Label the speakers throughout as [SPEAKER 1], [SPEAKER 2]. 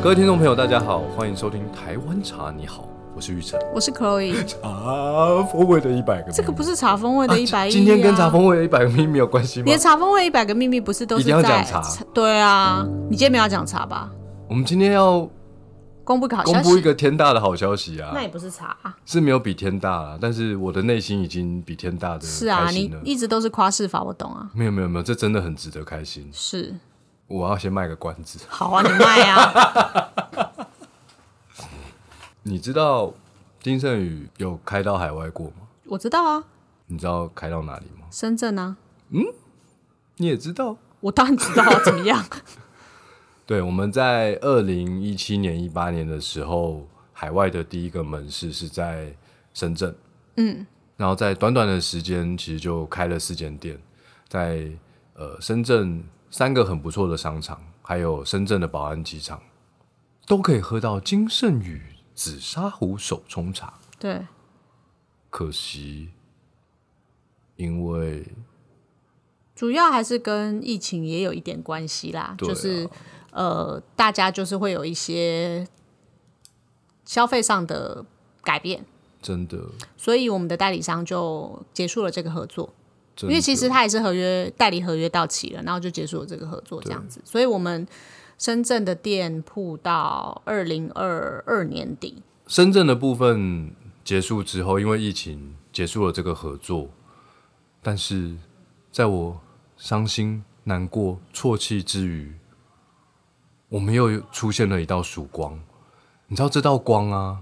[SPEAKER 1] 各位听众朋友，大家好，欢迎收听《台湾茶你好》，我是玉成。
[SPEAKER 2] 我是 Chloe，
[SPEAKER 1] 啊，风味的一百个
[SPEAKER 2] 这个不是茶风味的一百啊一、
[SPEAKER 1] 啊今天跟茶风味的一百个秘密有关系吗
[SPEAKER 2] 你的？茶风味一百个秘密不是都
[SPEAKER 1] 一
[SPEAKER 2] 是
[SPEAKER 1] 定要
[SPEAKER 2] 在
[SPEAKER 1] 讲茶
[SPEAKER 2] 对啊，你今天没有要讲茶吧？
[SPEAKER 1] 我们今天要
[SPEAKER 2] 公布一个好消息，
[SPEAKER 1] 公布一个天大的好消息啊
[SPEAKER 2] 那，也不是茶、啊。
[SPEAKER 1] 是没有比天大啦，但是我的内心已经比天大的
[SPEAKER 2] 是啊，
[SPEAKER 1] 开心
[SPEAKER 2] 你
[SPEAKER 1] 了。
[SPEAKER 2] 一直都是夸饰法，我懂啊。
[SPEAKER 1] 没有没有没有，这真的很值得开心。
[SPEAKER 2] 是，
[SPEAKER 1] 我要先卖个关子，
[SPEAKER 2] 好啊，你卖啊。
[SPEAKER 1] 你知道金圣宇有开到海外过吗？
[SPEAKER 2] 我知道啊，
[SPEAKER 1] 你知道开到哪里吗？
[SPEAKER 2] 深圳啊，
[SPEAKER 1] 你也知道，
[SPEAKER 2] 我当然知道啊，怎么 样？
[SPEAKER 1] 对，我们在二零一七年、一八年的时候，海外的第一个门市是在深圳，
[SPEAKER 2] 嗯，
[SPEAKER 1] 然后在短短的时间，其实就开了四间店，在呃深圳三个很不错的商场，还有深圳的宝安机场，都可以喝到金圣宇紫砂壶手冲茶。
[SPEAKER 2] 对，
[SPEAKER 1] 可惜，因为
[SPEAKER 2] 主要还是跟疫情也有一点关系啦，
[SPEAKER 1] 对啊
[SPEAKER 2] 就是呃，大家就是会有一些消费上的改变，
[SPEAKER 1] 真的，
[SPEAKER 2] 所以我们的代理商就结束了这个合作。
[SPEAKER 1] 真
[SPEAKER 2] 因为
[SPEAKER 1] 的
[SPEAKER 2] 其实他也是合约代理合约到期了，然后就结束了这个合作这样子，所以我们深圳的店铺到二零二二年底，
[SPEAKER 1] 深圳的部分结束之后，因为疫情结束了这个合作，但是在我伤心、难过、啜泣之余，我们又出现了一道曙光。你知道这道光啊，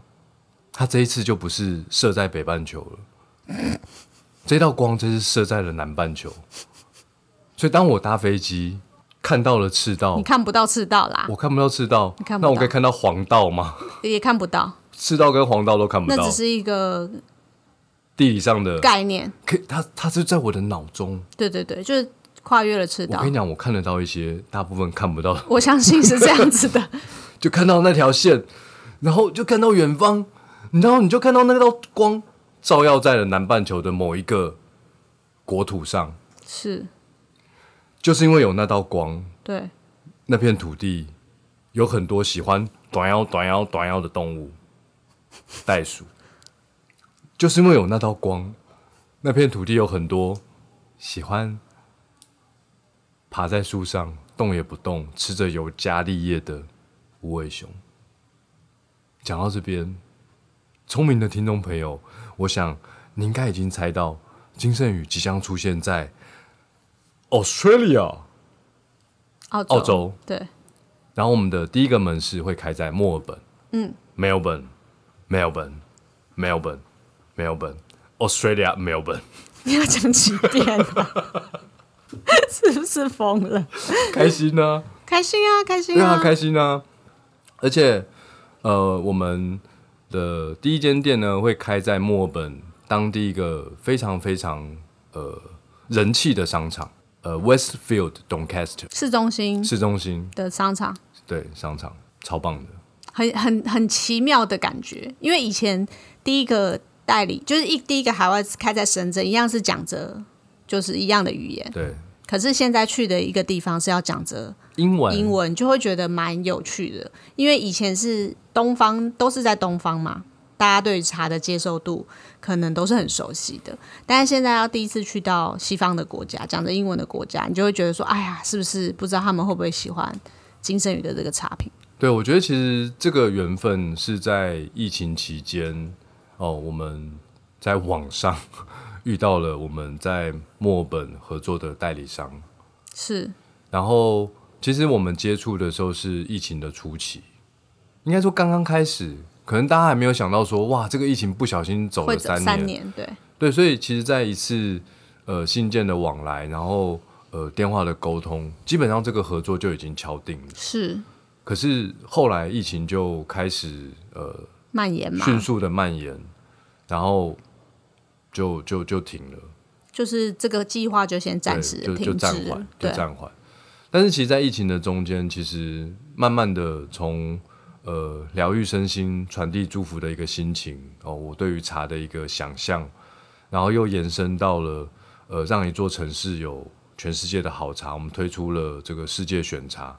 [SPEAKER 1] 它这一次就不是射在北半球了，这道光这是射在了南半球。所以当我搭飞机看到了赤道
[SPEAKER 2] 你，看不到赤道啦，
[SPEAKER 1] 哦我看不到赤道，
[SPEAKER 2] 你看不
[SPEAKER 1] 那我
[SPEAKER 2] 到
[SPEAKER 1] 可以看到黄道吗？
[SPEAKER 2] 也看不到，
[SPEAKER 1] 赤道跟黄道都看不
[SPEAKER 2] 那
[SPEAKER 1] 到。
[SPEAKER 2] 只是一个
[SPEAKER 1] 地理上的，
[SPEAKER 2] 概念，
[SPEAKER 1] 可它它是在我的脑中。
[SPEAKER 2] 对对对，就是跨越了赤
[SPEAKER 1] 我
[SPEAKER 2] 道
[SPEAKER 1] 跟你，讲，我看得到一些大部分看不到，
[SPEAKER 2] 我相信是这样子的，
[SPEAKER 1] 就看到那条线，然后就看到远方，然后你就看到那道光照耀在了南半球的某一个国土上，
[SPEAKER 2] 是
[SPEAKER 1] 就是因为有那道光，
[SPEAKER 2] 对，
[SPEAKER 1] 那片土地有很多喜欢短腰、短腰、短腰的动物，袋鼠。就是因为有那道光，那片土地有很多喜欢爬在树上动也不动、吃着尤加利叶的无尾熊。讲到这边，聪明的听众朋友，我想你应该已经猜到，金圣宇即将出现在 Australia。
[SPEAKER 2] 澳洲，
[SPEAKER 1] 澳洲
[SPEAKER 2] 对，
[SPEAKER 1] 然后我们的第一个门市会开在墨尔本，
[SPEAKER 2] 嗯
[SPEAKER 1] ，Melbourne，Melbourne，Melbourne，Melbourne，Australia，Melbourne，
[SPEAKER 2] 你要讲几遍啊？ 是不是疯了？
[SPEAKER 1] 开心呢、
[SPEAKER 2] 开心啊，开心
[SPEAKER 1] 对啊，
[SPEAKER 2] 啊，
[SPEAKER 1] 开心啊！而且，呃，我们的第一间店呢会开在墨尔本当地一个非常非常呃人气的商场，呃，Westfield Doncaster
[SPEAKER 2] 市中心
[SPEAKER 1] 市中心
[SPEAKER 2] 的商场。
[SPEAKER 1] 对商场，超棒的，
[SPEAKER 2] 很很很奇妙的感觉，因为以前第一个代理就是一第一个海外开在深圳，一样是讲着就是一样的语言，
[SPEAKER 1] 对，
[SPEAKER 2] 可是现在去的一个地方是要讲着
[SPEAKER 1] 英文
[SPEAKER 2] 英文，就会觉得蛮有趣的，因为以前是东方都是在东方嘛。大家对于茶的接受度可能都是很熟悉的，但是现在要第一次去到西方的国家，讲着英文的国家，你就会觉得说，哎呀，是不是不知道他们会不会喜欢金圣宇的这个茶品？
[SPEAKER 1] 对，我觉得其实这个缘分是在疫情期间哦，我们在网上 遇到了我们在墨尔本合作的代理商，
[SPEAKER 2] 是
[SPEAKER 1] 然后其实我们接触的时候是疫情的初期，应该说刚刚开始，可能大家还没有想到说哇，这个疫情不小心走
[SPEAKER 2] 会
[SPEAKER 1] 了
[SPEAKER 2] 走三年，对。
[SPEAKER 1] 对，所以其实，在一次呃信件的往来，然后呃电话的沟通，基本上这个合作就已经敲定了。
[SPEAKER 2] 是
[SPEAKER 1] 可是后来疫情就开始呃
[SPEAKER 2] 蔓延嘛，
[SPEAKER 1] 迅速的蔓延，然后就就就停了，
[SPEAKER 2] 就是这个计划就先暂时
[SPEAKER 1] 对，就就
[SPEAKER 2] 停
[SPEAKER 1] 暂
[SPEAKER 2] 止
[SPEAKER 1] 缓，，就
[SPEAKER 2] 对，
[SPEAKER 1] 暂缓。但是其实，在疫情的中间，其实慢慢的从呃疗愈身心、传递祝福的一个心情哦，我对于茶的一个想象，然后又延伸到了呃让一座城市有全世界的好茶，我们推出了这个世界选茶。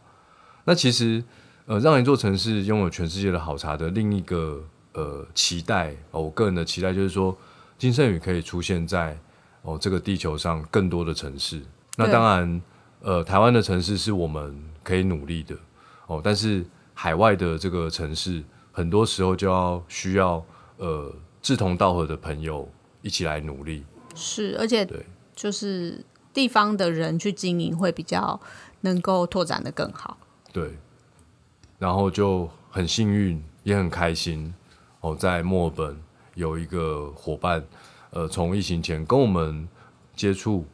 [SPEAKER 1] 那其实呃，让一座城市拥有全世界的好茶的另一个呃期待哦，我个人的期待就是说，金圣宇可以出现在哦这个地球上更多的城市。那
[SPEAKER 2] 对
[SPEAKER 1] 当然，呃，台湾的城市是我们可以努力的哦，但是海外的这个城市，很多时候就要需要呃志同道合的朋友一起来努力。
[SPEAKER 2] 是，而且
[SPEAKER 1] 对
[SPEAKER 2] 就是地方的人去经营会比较能够拓展的更好。
[SPEAKER 1] 对，然后就很幸运，也很开心哦，在墨尔本有一个伙伴，呃，从疫情前跟我们接触，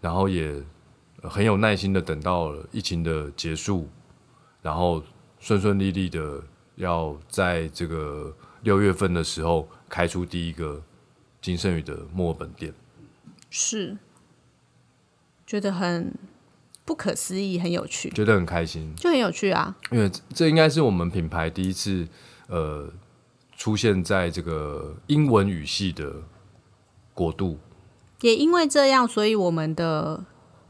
[SPEAKER 1] 然后也呃很有耐心的等到了疫情的结束，然后顺顺利利的要在这个六月份的时候开出第一个金圣宇的墨尔本店。
[SPEAKER 2] 是，觉得很不可思议，很有趣，
[SPEAKER 1] 觉得很开心，
[SPEAKER 2] 就很有趣啊。
[SPEAKER 1] 因为这这应该是我们品牌第一次呃出现在这个英文语系的国度。
[SPEAKER 2] 也因为这样，所以我们的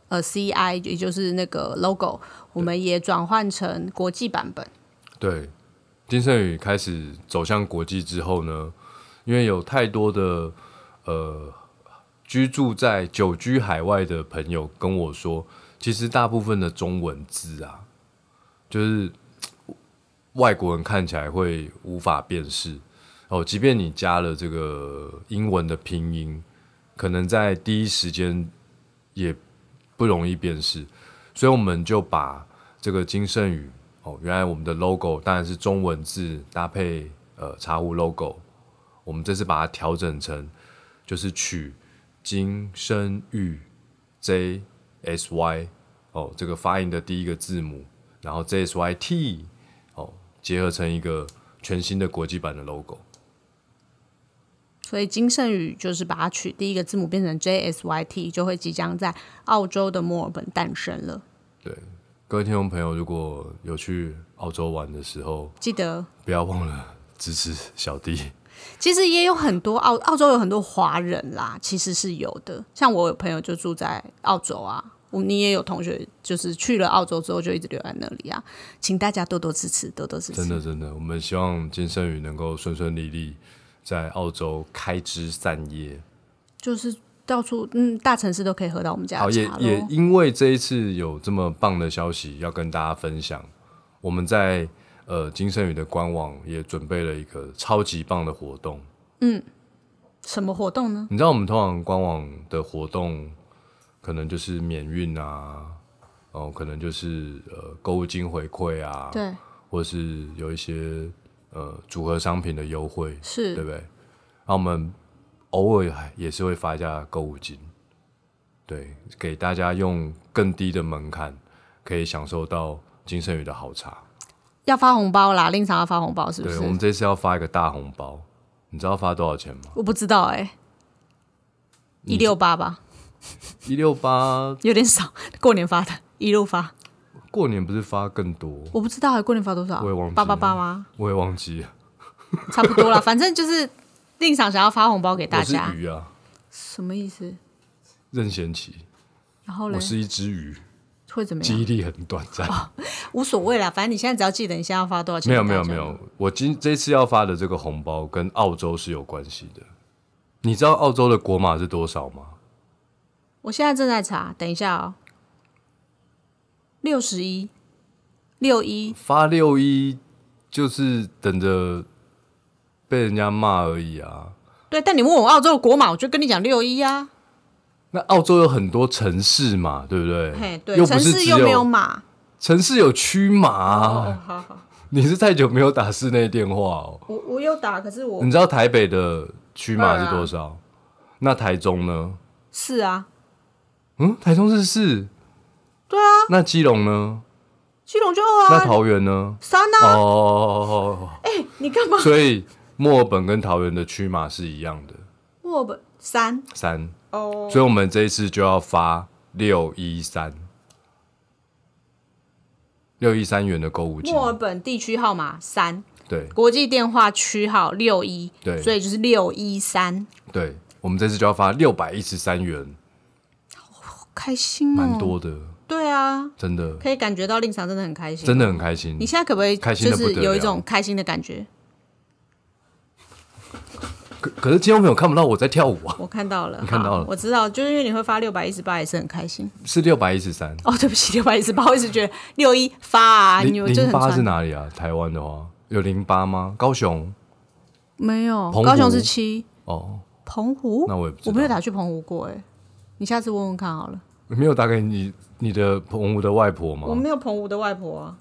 [SPEAKER 2] 呃 CI 也就是那个 logo，我们也转换成国际版本。
[SPEAKER 1] 对，金圣宇开始走向国际之后呢，因为有太多的呃居住在久居海外的朋友跟我说，其实大部分的中文字啊，就是嘖外国人看起来会无法辨识哦，即便你加了这个英文的拼音，可能在第一时间也不容易辨识，所以我们就把这个金圣宇哦，原来我们的 logo 当然是中文字搭配呃茶壶 logo，我们这次把它调整成就是取金生玉 J S Y 哦这个发音的第一个字母，然后 J S Y T 哦结合成一个全新的国际版的 logo。
[SPEAKER 2] 所以金圣宇就是把它取第一个字母变成 JSYT，就会即将在澳洲的墨尔本诞生了。
[SPEAKER 1] 对，各位听众朋友，如果有去澳洲玩的时候，
[SPEAKER 2] 记得，
[SPEAKER 1] 不要忘了支持小弟。
[SPEAKER 2] 其实也有很多澳澳洲有很多华人啦，其实是有的。像我有朋友就住在澳洲啊，我你也有同学就是去了澳洲之后就一直留在那里啊，请大家多多支持，多多支
[SPEAKER 1] 真
[SPEAKER 2] 持。
[SPEAKER 1] 的真的，我们希望金圣宇能够顺顺利利在澳洲开枝散叶。
[SPEAKER 2] 就是到处嗯，大城市都可以喝到我们家
[SPEAKER 1] 好，
[SPEAKER 2] 的
[SPEAKER 1] 也
[SPEAKER 2] 茶
[SPEAKER 1] 也
[SPEAKER 2] 咯。
[SPEAKER 1] 因为这一次有这么棒的消息要跟大家分享，我们在呃金圣宇的官网也准备了一个超级棒的活动。
[SPEAKER 2] 什么活动呢？
[SPEAKER 1] 你知道我们通常官网的活动可能就是免运啊，哦、可能就是呃购物金回馈啊，
[SPEAKER 2] 对，
[SPEAKER 1] 或是有一些呃组合商品的优惠，对
[SPEAKER 2] 是
[SPEAKER 1] 不对？那我们偶尔还也是会发一下购物金，对，给大家用更低的门槛可以享受到金圣宇的好茶。
[SPEAKER 2] 要发红包啦，令常要发红包是不
[SPEAKER 1] 对
[SPEAKER 2] 是？
[SPEAKER 1] 我们这次要发一个大红包，你知道发多少钱吗？
[SPEAKER 2] 我不知道哎、一六八吧，
[SPEAKER 1] 一六八
[SPEAKER 2] 有点少， 过年发的，一路发，
[SPEAKER 1] 过年不是发更多，
[SPEAKER 2] 我不知道哎、过年发多少？
[SPEAKER 1] 我也忘记
[SPEAKER 2] 八八
[SPEAKER 1] 了
[SPEAKER 2] 八吗？
[SPEAKER 1] 我也忘记了。
[SPEAKER 2] 差不 多啦，反正就是令赏想要发红包给大
[SPEAKER 1] 我是
[SPEAKER 2] 家，
[SPEAKER 1] 鱼啊，
[SPEAKER 2] 什么意思？
[SPEAKER 1] 任贤齐，
[SPEAKER 2] 然后嘞哦
[SPEAKER 1] 我是一只鱼，
[SPEAKER 2] 会怎么
[SPEAKER 1] 记
[SPEAKER 2] 样？
[SPEAKER 1] 忆力很短暂。
[SPEAKER 2] 无所谓啦，反正你现在只要记得你现在要发多少钱。
[SPEAKER 1] 没有没有没，有，我今这次要发的这个红包跟澳洲是有关系的。你知道澳洲的国码是多少吗？
[SPEAKER 2] 我现在正在查，等一下哦。六十一，六一，
[SPEAKER 1] 发六一就是等着被人家骂而已啊。
[SPEAKER 2] 对。但你问我澳洲的国码，我就跟你讲六一啊。
[SPEAKER 1] 那澳洲有很多城市嘛，对不对？
[SPEAKER 2] 嘿，对，
[SPEAKER 1] 又不
[SPEAKER 2] 城
[SPEAKER 1] 是
[SPEAKER 2] 市
[SPEAKER 1] 只
[SPEAKER 2] 又没有码。
[SPEAKER 1] 城市有区码啊、
[SPEAKER 2] 哦，好好，
[SPEAKER 1] 你是太久没有打室内电话哦。
[SPEAKER 2] 我我有打，可是我
[SPEAKER 1] 你知道台北的区码是
[SPEAKER 2] 二啊
[SPEAKER 1] 多少？那台中呢？
[SPEAKER 2] 是啊，
[SPEAKER 1] 嗯，台中是四。
[SPEAKER 2] 对啊，
[SPEAKER 1] 那基隆呢？
[SPEAKER 2] 基隆就二
[SPEAKER 1] 那
[SPEAKER 2] 啊，
[SPEAKER 1] 桃园呢？
[SPEAKER 2] 三啊，哎
[SPEAKER 1] 哦，
[SPEAKER 2] 你干嘛？
[SPEAKER 1] 所以墨尔本跟桃园的区码是一样的，
[SPEAKER 2] 墨本三
[SPEAKER 1] 三。
[SPEAKER 2] 哦，
[SPEAKER 1] 所以我们这一次就要发六一三，六一三元的购物金。
[SPEAKER 2] 墨尔本地区号码三。
[SPEAKER 1] 对
[SPEAKER 2] 国际电话区号六一，
[SPEAKER 1] 对
[SPEAKER 2] 所以就是六一三，
[SPEAKER 1] 对，我们这次就要发六百一十三元，
[SPEAKER 2] 好开心哦，
[SPEAKER 1] 蛮多的。
[SPEAKER 2] 对啊，
[SPEAKER 1] 真的
[SPEAKER 2] 可以感觉到令赏真的很开心。
[SPEAKER 1] 真的很开心
[SPEAKER 2] 你。现在可不可以
[SPEAKER 1] 开心
[SPEAKER 2] 就
[SPEAKER 1] 得不
[SPEAKER 2] 是
[SPEAKER 1] 得
[SPEAKER 2] 有一
[SPEAKER 1] 了
[SPEAKER 2] 种开心的感觉？
[SPEAKER 1] 可可是听众朋友看不到我在跳舞啊，
[SPEAKER 2] 我看到了，
[SPEAKER 1] 你看到
[SPEAKER 2] 好
[SPEAKER 1] 了
[SPEAKER 2] 我知道，就是因为你会发六百一十八，也是很开心。
[SPEAKER 1] 是六百一十三。
[SPEAKER 2] 哦，对不起，六百一十八，我一直觉得六一发啊，你
[SPEAKER 1] 零
[SPEAKER 2] 们就
[SPEAKER 1] 零
[SPEAKER 2] 很
[SPEAKER 1] 八是
[SPEAKER 2] 传
[SPEAKER 1] 哪里啊？台湾的话有零八吗？高雄
[SPEAKER 2] 没有，
[SPEAKER 1] 澎湖
[SPEAKER 2] 高雄是七，
[SPEAKER 1] 哦，
[SPEAKER 2] 澎湖
[SPEAKER 1] 那我也不知道
[SPEAKER 2] 我没有打去澎湖过哎、你下次问问看好了。
[SPEAKER 1] 没有打给你你的澎湖的外婆
[SPEAKER 2] 我
[SPEAKER 1] 吗？
[SPEAKER 2] 没有澎湖的外婆啊，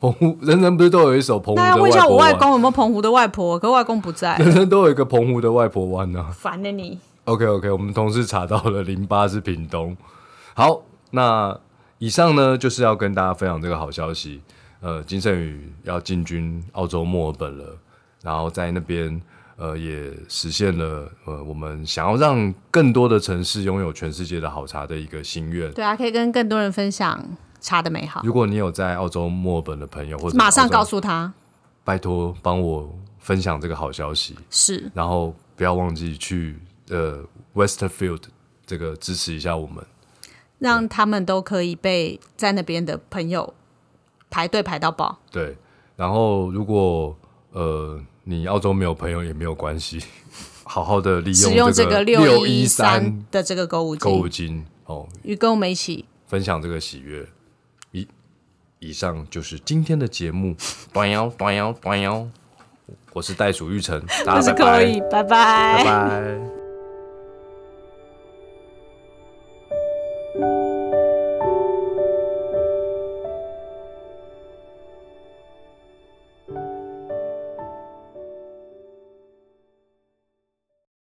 [SPEAKER 1] 澎湖人人不是都有一首澎湖
[SPEAKER 2] 那要
[SPEAKER 1] 的
[SPEAKER 2] 问一下
[SPEAKER 1] 婆
[SPEAKER 2] 我外
[SPEAKER 1] 湾？
[SPEAKER 2] 公有没有澎湖的外婆，可外公不在，
[SPEAKER 1] 人人都有一个澎湖的外婆湾啊呢、
[SPEAKER 2] 烦了你。
[SPEAKER 1] OK OK，我们同事查到了 零八是屏东。好，那以上呢就是要跟大家分享这个好消息。呃，金圣宇要进军澳洲墨尔本了，然后在那边呃也实现了呃我们想要让更多的城市拥有全世界的好茶的一个心愿。
[SPEAKER 2] 对啊，可以跟更多人分享茶的美好，
[SPEAKER 1] 如果你有在澳洲墨尔本的朋友，或者
[SPEAKER 2] 马上
[SPEAKER 1] 澳洲
[SPEAKER 2] 告，诉他
[SPEAKER 1] 拜托帮我分享这个好消息。
[SPEAKER 2] 是
[SPEAKER 1] 然后不要忘记去呃 Westerfield 这个支持一下我们。
[SPEAKER 2] 让他们都可以被在那边的朋友排队排到爆。
[SPEAKER 1] 对，然后如果呃你澳洲没有朋友也没有关系， 好好的利
[SPEAKER 2] 使用
[SPEAKER 1] 这
[SPEAKER 2] 这个
[SPEAKER 1] 六
[SPEAKER 2] 六一
[SPEAKER 1] 三
[SPEAKER 2] 三的这个购物
[SPEAKER 1] 购物
[SPEAKER 2] 金，
[SPEAKER 1] 金哦，
[SPEAKER 2] 与跟我们一起
[SPEAKER 1] 分享这个喜悦。以以上就是今天的节目，哦端腰端腰端腰，我是袋鼠玉成，大家
[SPEAKER 2] 不是
[SPEAKER 1] 拜拜
[SPEAKER 2] 可以，拜拜
[SPEAKER 1] 拜拜。